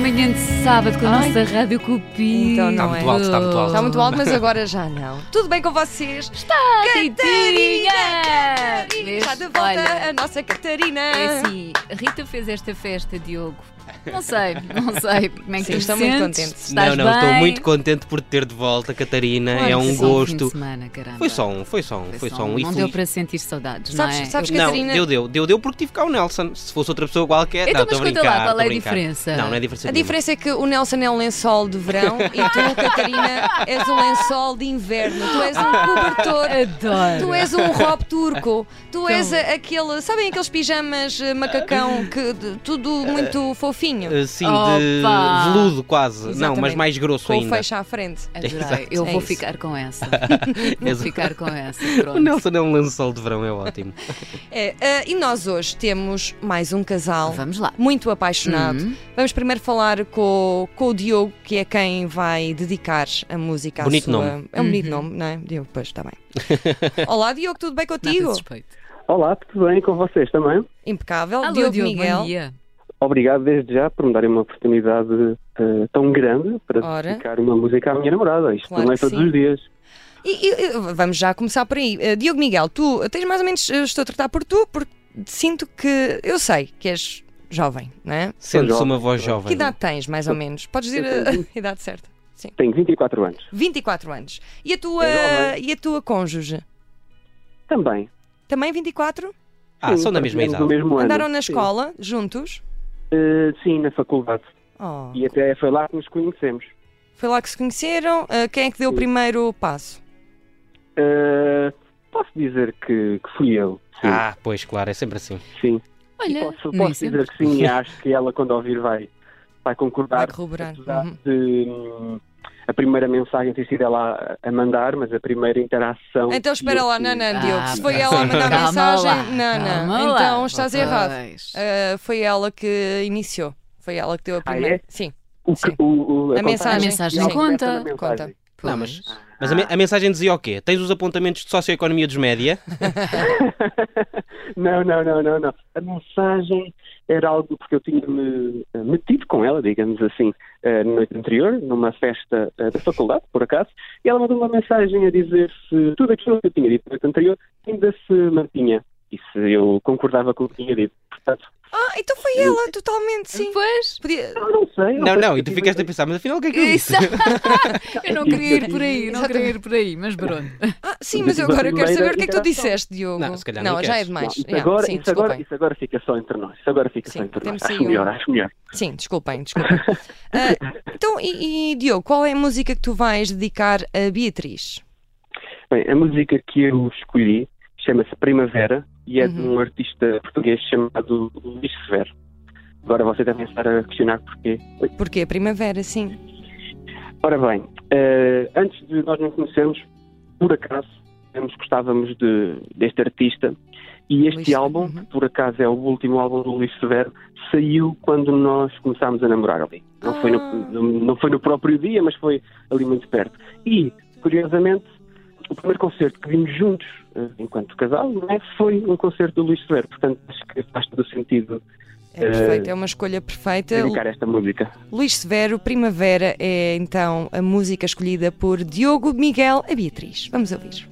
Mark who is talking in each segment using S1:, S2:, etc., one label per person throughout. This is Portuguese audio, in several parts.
S1: manhã de sábado com a
S2: Ai.
S1: nossa Rádio Cupido.
S2: Então não
S3: Está
S2: é.
S3: Tá muito alto, está muito alto.
S2: Está muito alto, mas
S1: Ah.
S2: agora já não. Tudo bem com vocês? Está,
S1: Catarina! Vês?
S2: Está de volta
S1: Olha,
S2: a nossa Catarina!
S1: É assim, Rita fez esta festa, Diogo. Não sei, não sei como é que
S2: Sim,
S1: tu
S2: estou
S1: te
S2: muito
S1: sentes,
S2: contente.
S1: Estás
S3: não, não, estou
S1: bem?
S3: muito contente por te ter de volta, Catarina.
S1: Claro
S3: é
S1: que
S3: um
S1: sim, fim de
S3: gosto.
S1: semana, caramba.
S3: Foi só um, foi só um, foi só um. E
S1: Não
S3: feliz-
S1: deu para sentir saudades, não é?
S2: Sabes- sabes que-
S3: Não,
S2: Catarina-
S3: deu, deu, deu, deu porque tive cá o Nelson. Se fosse outra pessoa qualquer,
S1: Então,
S3: não, estou
S1: mas
S3: a
S1: conta lá,
S3: brincar.
S1: qual é
S3: estou
S1: a
S3: brincar.
S1: diferença?
S3: Não, não é diferença
S2: A
S3: nenhuma.
S2: diferença é que o Nelson é um lençol de verão e tu, Catarina, és um lençol de inverno. Tu és um cobertor.
S1: Adoro.
S2: Tu és um rob turco.
S1: Então.
S2: Tu és a- aquele. Sabem aqueles pijamas eh, macacão que de- tudo
S1: Eh,
S2: muito fofinho?
S3: Assim,
S1: Opa!
S3: de veludo quase. Não, mas
S2: Exatamente.
S3: mais grosso
S2: Com o
S3: ainda.
S2: fecho à frente.
S1: Adorei,
S3: Exato.
S1: eu
S2: É
S1: vou
S2: isso.
S1: ficar com essa. vou
S3: Exato.
S1: ficar com essa.
S3: O
S1: Pronto.
S3: Nelson é um lençol de verão, é ótimo.
S2: É, eh, e nós hoje temos mais um casal.
S1: Vamos lá.
S2: Muito apaixonado.
S1: Uhum.
S2: Vamos primeiro falar com, com o Diogo, que é quem vai dedicar a música
S3: Bonito
S2: à sua.
S3: nome.
S2: É um bonito nome, não é? Diogo, pois, está bem. Olá, Diogo, tudo bem
S1: Nada
S2: contigo?
S1: suspeito.
S4: Olá, tudo bem com vocês também?
S2: Impecável.
S1: Alô,
S2: Diogo,
S1: Diogo,
S2: Miguel.
S1: bom dia.
S4: Obrigado desde já por me darem uma oportunidade eh, tão grande para
S2: Ora.
S4: dedicar uma música à minha namorada. Isto
S2: Claro
S4: não é
S2: que
S4: todos
S2: sim.
S4: os dias.
S2: E, e, e, vamos já começar por aí. Eh, Diogo Miguel, tu tens mais ou menos. eh, Estou a tratar por tu, porque sinto que. Eu sei que és jovem, não é?
S3: Sentes
S4: jovem,
S3: uma voz
S4: sou
S3: jovem.
S2: Que idade tens, mais ou menos? Podes dizer a, a idade certa. Sim.
S4: Tenho 24 anos.
S2: 24 anos. E a tua,
S4: É jovem.
S2: e a tua cônjuge?
S4: Também.
S2: Também 24?
S3: Ah,
S4: Sim,
S3: são da mesma
S4: partilhamos o
S3: idade.
S4: mesmo Um ano.
S2: Andaram na
S4: Sim.
S2: escola juntos?
S4: Eh, sim, na faculdade.
S2: Oh.
S4: E até foi lá que nos conhecemos.
S2: Foi lá que se conheceram. Ah, quem é que deu o primeiro passo?
S4: Eh, posso dizer que, que fui eu. Sim,
S3: Ah, pois, claro, é sempre assim.
S4: sim.
S1: Olha,
S4: Posso,
S2: um
S1: nem
S4: posso
S1: sempre.
S4: dizer que sim e acho que ela, quando ouvir, vai, vai
S2: Vai
S4: concordar.
S2: corroborar.
S4: apesar
S2: Uhum.
S4: de hum, a primeira mensagem ter sido ela a a mandar, mas a primeira interação.
S2: Então espera lá, não, não,
S1: Ah,
S2: Diogo. Se foi
S1: pá.
S2: ela a mandar
S1: Calma
S2: mensagem,
S1: lá,
S2: não,
S1: calma
S2: não.
S1: lá.
S2: Então estás
S1: Pois.
S2: errado. Ah, foi ela que iniciou. Foi ela que deu a
S4: Ah, é?
S2: primeira. Sim,
S4: O que-
S2: Sim.
S4: o- o-
S2: A mensagem.
S4: contagem
S2: A
S1: mensagem
S4: inicial
S1: conta.
S4: começa na mensagem.
S3: Não, mas-
S1: Pois.
S3: Mas a, me- a mensagem dizia o quê? Tens os apontamentos de socioeconomia dos média?
S4: Não, não, não, não, não. A mensagem era algo porque eu tinha-me eh, metido com ela, digamos assim, eh, na noite anterior, numa festa eh, da faculdade, por acaso, e ela mandou uma mensagem a dizer se tudo aquilo que eu tinha dito na noite anterior ainda se mantinha. E se eu concordava com o que tinha dito. Portanto,
S2: Ah, então foi ela, totalmente, sim.
S1: Pois.
S2: Podia-
S4: eu não sei.
S3: Não, não, e tu
S4: sei.
S3: ficaste a pensar, mas afinal o que é que eu disse?
S1: Isso. eu não queria ir por aí, não queria ir por aí, mas pronto.
S2: Ah, sim, mas eu agora quero saber o que é que tu disseste, Diogo.
S3: Não, se calhar
S2: não
S3: não
S2: já é
S3: queres.
S4: Não,
S2: demais.
S4: isso,
S2: Yeah,
S4: agora,
S2: sim,
S4: isso, agora,
S2: desculpem.
S4: isso agora fica só entre nós. Isso agora fica
S2: Sim,
S4: só entre
S2: temos
S4: nós.
S2: aí
S4: Acho
S2: um-
S4: melhor, acho melhor.
S2: Sim, desculpem, desculpem. Ah, então, e, e, Diogo, qual é a música que tu vais dedicar a Beatriz?
S4: Bem, a música que eu escolhi chama-se Primavera e é de
S2: Uhum.
S4: um artista português chamado Luís Severo. Agora você deve estar a questionar porquê. Oi.
S2: Porque a primavera, sim.
S4: Ora bem, eh, antes de nós nos conhecermos, por acaso, ambos gostávamos de, deste artista e este
S2: Luís-
S4: álbum,
S2: uhum.
S4: que por acaso é o último álbum do Luís Severo, saiu quando nós começámos a namorar ali. Não, foi
S2: Ah.
S4: no, não, não foi no próprio dia, mas foi ali muito perto. E, curiosamente, o primeiro concerto que vimos juntos, eh, enquanto casal, não é? foi um concerto do Luís Severo. Portanto, acho que faz todo o sentido
S2: É
S5: Eh,
S2: perfeito, é uma escolha perfeita.
S4: dedicar esta música.
S2: Luís Severo, Primavera é então a música escolhida por Diogo Miguel a Beatriz. Vamos ouvir.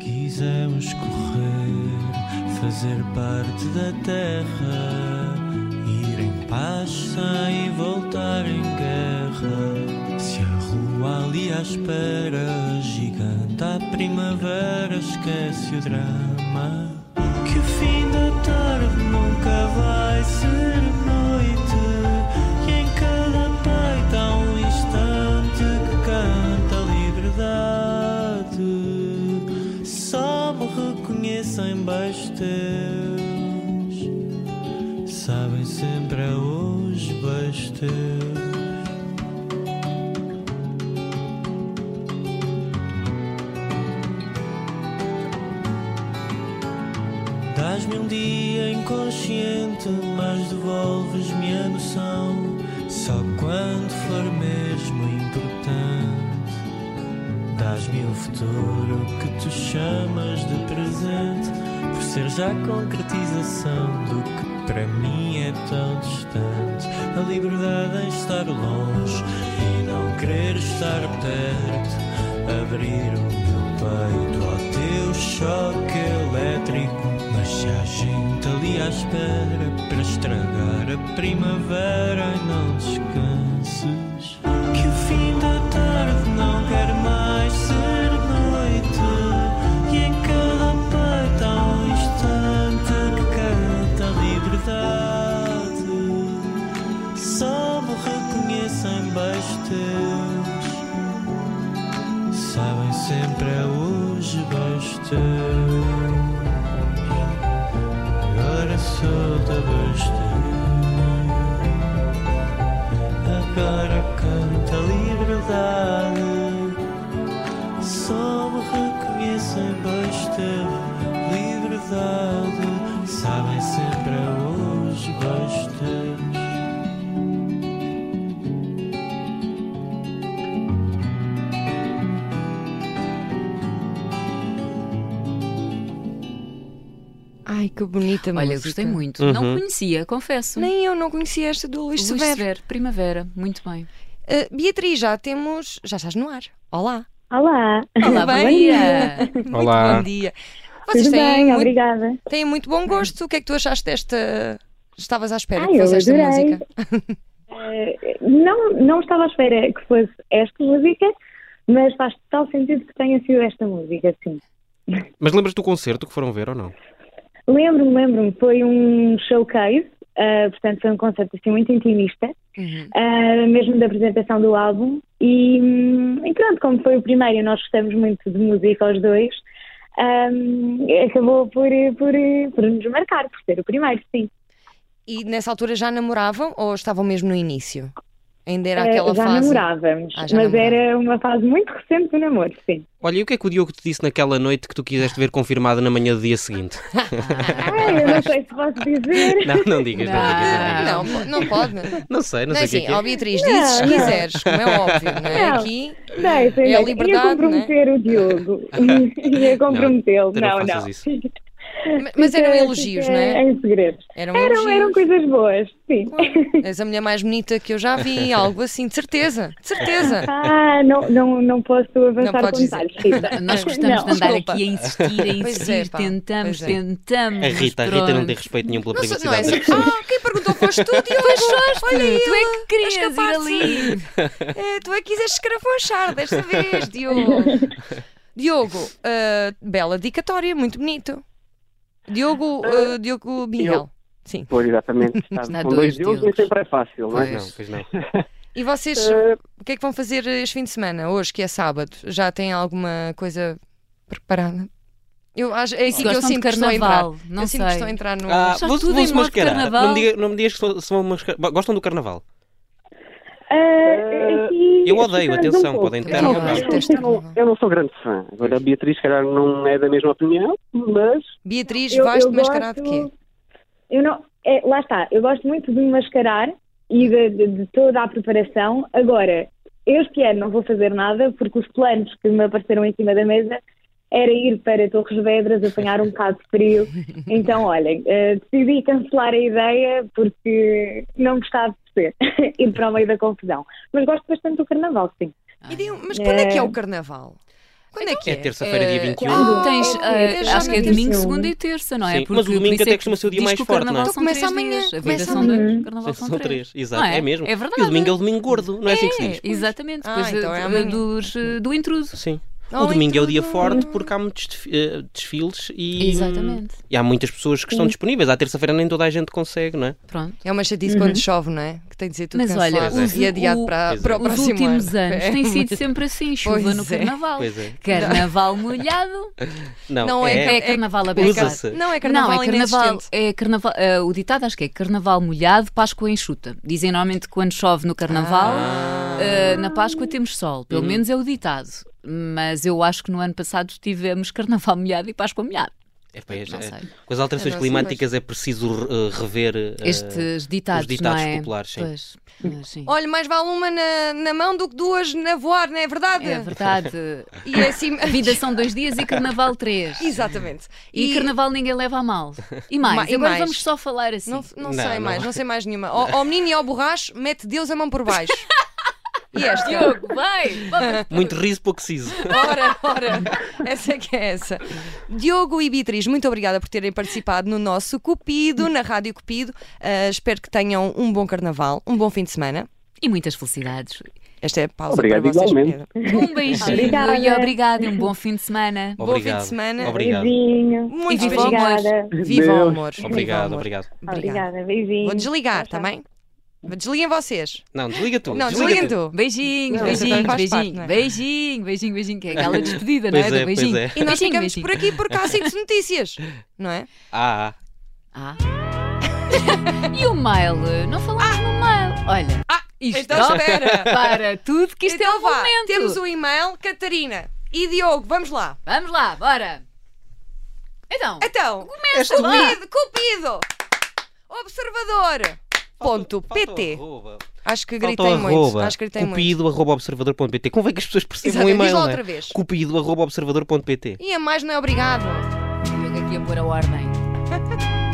S6: Quisemos correr, fazer parte da terra, ir em paz sem voltar em guerra. Se a rua ali à espera, gigante à primavera, esquece o drama. Que o fim da tarde nunca vai ser noite, e em cada peito há um instante que canta a liberdade. Só me reconheço em baixos teus Sabem sempre a hoje baixos teus Dás-me um dia inconsciente Mas devolves-me a noção Só quando for mesmo importante Dás-me o futuro que tu chamas de presente, por ser já a concretização do que para mim é tão distante. A liberdade em estar longe e não querer estar perto. Abrir o meu peito ao teu choque elétrico. Mas se há gente ali à espera para estragar a primavera, ai, não descanses. Que o fim da tarde não quer mais ser noite. E em cada peito há um instante que canta a liberdade. Só me reconhecem beijos teus. Sabem sempre é hoje beijos teus. Agora solta beijos teus. Agora canta a liberdade Só me reconhecem beijos teus Liberdade Sabem sempre é hoje beijos teus
S2: Ai, que bonita
S1: Olha, eu
S2: música.
S1: gostei muito.
S3: Uhum.
S1: Não conhecia, confesso.
S2: Nem eu não conhecia esta do Luís
S1: Luís
S2: Severo.
S1: Severo, Primavera, muito bem.
S2: Ah, Beatriz, já temos. Já estás no ar. Olá.
S5: Olá,
S1: Olá,
S2: Tudo bem?
S1: bom dia.
S2: Muito
S3: Olá.
S2: bom dia. Vocês
S5: tudo
S2: têm,
S5: bem?
S2: muito,
S5: Obrigada.
S2: têm muito bom gosto. O que é que tu achaste desta. Estavas à espera
S5: Ah,
S2: que
S5: eu
S2: fosse esta
S5: adorei.
S2: música?
S5: Eh, Não, não estava à espera que fosse esta música, mas faz total sentido que tenha sido esta música, sim.
S3: Mas lembras do concerto que foram ver ou não?
S5: Lembro-me, lembro-me, foi um showcase, eh, portanto foi um concerto assim muito intimista,
S2: Uhum.
S5: eh, mesmo da apresentação do álbum, e, hum, e pronto, como foi o primeiro e nós gostamos muito de música os dois, hum, acabou por, por, por nos marcar, por ser o primeiro, sim.
S2: E nessa altura já namoravam ou estavam mesmo no início? Ainda era
S5: Eh,
S2: aquela
S5: já
S2: fase.
S5: namorávamos,
S2: Ah,
S5: mas
S2: já namorava.
S5: era uma fase muito recente do namoro, sim.
S3: Olha, e o que é que o Diogo te disse naquela noite que tu quiseste ver confirmada na manhã do dia seguinte?
S5: Ah, eu não sei se posso dizer.
S3: Não, não digas, não, digas, não digas.
S2: Não, po- não pode. Não,
S3: Não sei, não,
S2: é
S3: sei o que é
S2: assim,
S3: que é.
S2: ó Beatriz, dizes se
S5: Não, não.
S2: quiseres, como é óbvio, não é?
S5: Não.
S2: Aqui.
S5: Não, isso
S2: É a
S5: ia-
S2: liberdade,
S5: Ia comprometer o Diogo. ia comprometê-lo.
S3: tu não
S5: Não,
S3: faças
S5: não.
S3: isso.
S2: Mas- Mas
S5: Fica-
S2: eram elogios,
S5: fica
S2: não é?
S5: Em segredo.
S2: Eram
S5: Eram, eram
S2: elogios.
S5: coisas boas, sim.
S2: És a mulher mais bonita que eu já vi, algo assim, de certeza, de certeza.
S5: Ah, não, não, não posso avançar
S2: podes
S5: com detalhes, Rita.
S1: Nós gostamos de
S5: Não.
S1: andar
S2: Desculpa.
S1: aqui a insistir, a
S2: Pois
S1: insistir,
S2: é, pá.
S1: tentamos,
S2: Pois é.
S1: tentamos.
S3: A Rita, a
S1: mas
S3: Rita não
S1: pronto.
S3: tem respeito nenhum pela
S2: Não, sei- não é
S3: privacidade.
S2: assim. Ah, quem perguntou foste tu, Diogo? Olha ele.
S1: Tu é que querias
S2: és
S1: ir
S2: capaz
S1: ali.
S2: É, tu é que quiseste escrafonchar desta vez, Diogo. Diogo, ah, bela dedicatória, muito bonito. Diogo, ah, Diogo Miguel. Sim.
S4: Pois, exatamente.
S1: Está
S4: Está com
S1: dois
S4: dois Diogos nem
S1: Diogos.
S4: sempre é fácil, não
S3: Pois
S4: é?
S3: não, pois não.
S2: E vocês,
S4: Eh,
S2: o que é que vão fazer este fim de semana, hoje, que é sábado? Já têm alguma coisa preparada? Eu acho, é assim que eu
S1: Gostam
S2: sinto
S1: de
S2: que estou a entrar.
S1: carnaval, não
S2: eu
S1: sei.
S2: sinto que estou a entrar no.
S3: Ah,
S1: Está
S3: vou-
S1: tudo em
S3: vou-se
S1: modo
S3: mascarar.
S1: carnaval.
S3: Não me, diga- não me digas que são- são mascar... Gostam do carnaval?
S5: Ah, aqui
S3: Eu odeio,
S5: estamos um
S3: atenção,
S5: pouco.
S3: podem ter.
S1: Não,
S3: uma-
S1: não.
S2: detesto
S4: Eu não,
S2: carnaval.
S4: eu não sou grande fã. Agora, a Beatriz, se calhar, não é da mesma opinião, mas
S2: Beatriz,
S5: Eu-
S2: vais-te
S5: eu
S2: mascarar de
S5: gosto-
S2: quê?
S5: Eu não, é, lá está, eu gosto muito de me mascarar e de, de- de toda a preparação. Agora, este ano não vou fazer nada porque os planos que me apareceram em cima da mesa era ir para Torres Vedras apanhar um bocado de frio. Então, olhem, eh, decidi cancelar a ideia porque não gostava de ser ir para o meio da confusão. Mas gosto bastante do carnaval, sim.
S1: Ah.
S2: E digo, mas quando é que é o carnaval? Quando
S1: Então
S2: é que
S3: É
S2: é?
S3: terça-feira, dia
S1: Eh,
S3: 21.
S5: quando?
S1: Tens,
S5: É,
S1: ah,
S5: é, já
S1: acho que é
S5: não
S1: domingo,
S5: tem
S1: segunda
S5: filme.
S1: e terça, não é?
S3: Sim, mas o domingo
S1: por isso
S3: até
S1: é que
S3: costuma ser o dia
S1: diz
S3: mais
S1: que
S3: forte, não é?
S1: carnaval
S2: Então
S1: são
S2: começa
S1: três
S2: amanhã,
S1: dias. A vida
S2: começa
S1: são
S2: amanhã.
S1: dois, o carnaval são,
S3: São
S1: três.
S3: três, exato,
S1: Não é?
S3: é mesmo.
S1: É
S3: E o
S1: verdade.
S3: domingo é o domingo gordo, não é assim que se
S2: É.
S3: diz?
S1: Exatamente,
S2: Ah,
S1: depois
S2: então é
S1: eh,
S2: amanhã.
S1: dos, eh, do intruso.
S3: Sim.
S2: Oh,
S3: o domingo é o dia
S2: então-
S3: forte porque há muitos desfi- eh, desfiles e,
S1: Exatamente.
S3: e há muitas pessoas que estão disponíveis. À terça-feira nem toda a gente consegue, não é?
S1: Pronto.
S2: É uma chatice
S5: Uhum.
S2: quando chove, não é? Que tem de ser tudo
S1: Mas olha,
S2: cancelado
S3: os-
S2: e adiado
S1: o-
S2: para, para o
S1: Os
S2: próximo
S1: últimos
S2: ano. É.
S1: anos têm sido sempre assim, chuva
S2: Pois
S1: no
S2: é.
S1: carnaval.
S3: Pois é.
S1: Carnaval molhado.
S3: Não,
S2: Não
S1: É,
S2: é-
S1: carnaval
S3: é-
S1: aberto.
S3: usa-se.
S2: Não, é
S1: Não,
S2: carnaval
S1: é carnaval,
S2: inexistente.
S1: é carnaval eh, o ditado acho que é carnaval molhado, Páscoa enxuta. Dizem normalmente que quando chove no carnaval,
S2: Ah.
S1: eh, na Páscoa temos sol, pelo
S3: Uhum.
S1: menos é o ditado. Mas eu acho que no ano passado tivemos carnaval molhado e Páscoa molhada.
S3: É, pá, é-
S1: Não
S3: é-
S1: sei.
S3: com as alterações
S2: Eu não sei,
S3: climáticas é preciso eh, rever eh,
S1: Estes ditados,
S3: os ditados
S1: não é?
S3: populares, sim.
S1: Pois, mas sim.
S2: Olha, mais vale uma na, na mão do que duas na voar, não é verdade?
S1: É verdade.
S2: E é assim.
S1: A vida são dois dias e carnaval três.
S2: Exatamente.
S1: E, carnaval ninguém leva a mal. E mais,
S2: Ma- e
S1: agora
S2: mais.
S1: vamos só falar assim.
S2: Não, não
S3: Não,
S2: sei
S3: não.
S2: mais, não sei mais nenhuma. Ó ó menino e ao borracho, mete Deus a mão por baixo. e esta?
S1: Diogo, vai! vamos.
S3: muito riso, pouco siso.
S2: Ora, ora, essa é que é essa. Diogo e Beatriz, muito obrigada por terem participado no nosso Cupido, na Rádio Cupido. Ah, espero que tenham um bom carnaval, um bom fim de semana.
S1: E muitas felicidades.
S2: Esta é a pausa
S4: Obrigado,
S2: para vocês.
S4: igualmente.
S2: Pedro.
S1: Um beijinho
S5: Obrigada.
S1: e obrigado e um bom fim de semana.
S2: Bom fim de semana.
S3: Obrigado.
S5: Beijinho.
S2: Muito
S1: E viva o
S2: obrigada.
S1: amor.
S5: Obrigada.
S2: Viva o
S4: Deus.
S2: amor. Viva o
S3: Obrigado,
S2: amor.
S3: obrigado.
S5: Obrigada. Beijinho.
S2: Vou desligar,
S5: Tchau, tchau.
S2: tá bem? Desliguem vocês.
S3: Não, desliga tu.
S2: Não,
S3: desliga
S2: desliguem
S3: tu.
S2: tu.
S1: Beijinhos,
S2: Não, isso
S1: beijinhos,
S2: também faz parte,
S1: beijinho,
S2: não é?
S1: beijinho, beijinho, beijinho, que é aquela despedida, não
S3: Pois
S1: é?
S3: é,
S1: Do
S3: pois
S1: beijinho.
S3: é.
S2: E nós
S1: Beijinho,
S2: ficamos
S1: beijinho.
S2: por aqui porque há cinco notícias, não é?
S3: Ah, ah.
S1: Ah. e o mail? Não falámos no mail. Olha, ah, isto
S2: Então espera.
S1: para tudo que isto é
S2: então
S1: o
S2: vá,
S1: momento.
S2: temos o e-mail, Catarina e Diogo, vamos lá.
S1: Vamos lá, bora. Então,
S2: Então,
S1: começa lá.
S2: Cupido, Cupido, observador. Ponto
S3: Falta o
S2: PT.
S3: arroba.
S2: Acho que
S3: Falta
S2: gritei
S3: o
S2: muito.
S3: arroba.
S2: Acho que gritei muito.
S3: Cupido arroba observador.pt. Convém que as pessoas percebam o
S2: Exato, diz
S3: e-mail.
S2: lá
S3: não é?
S2: outra vez.
S3: Cupido arroba observador.pt.
S2: E a mais não é obrigado.
S1: Eu aqui a pôr a ordem.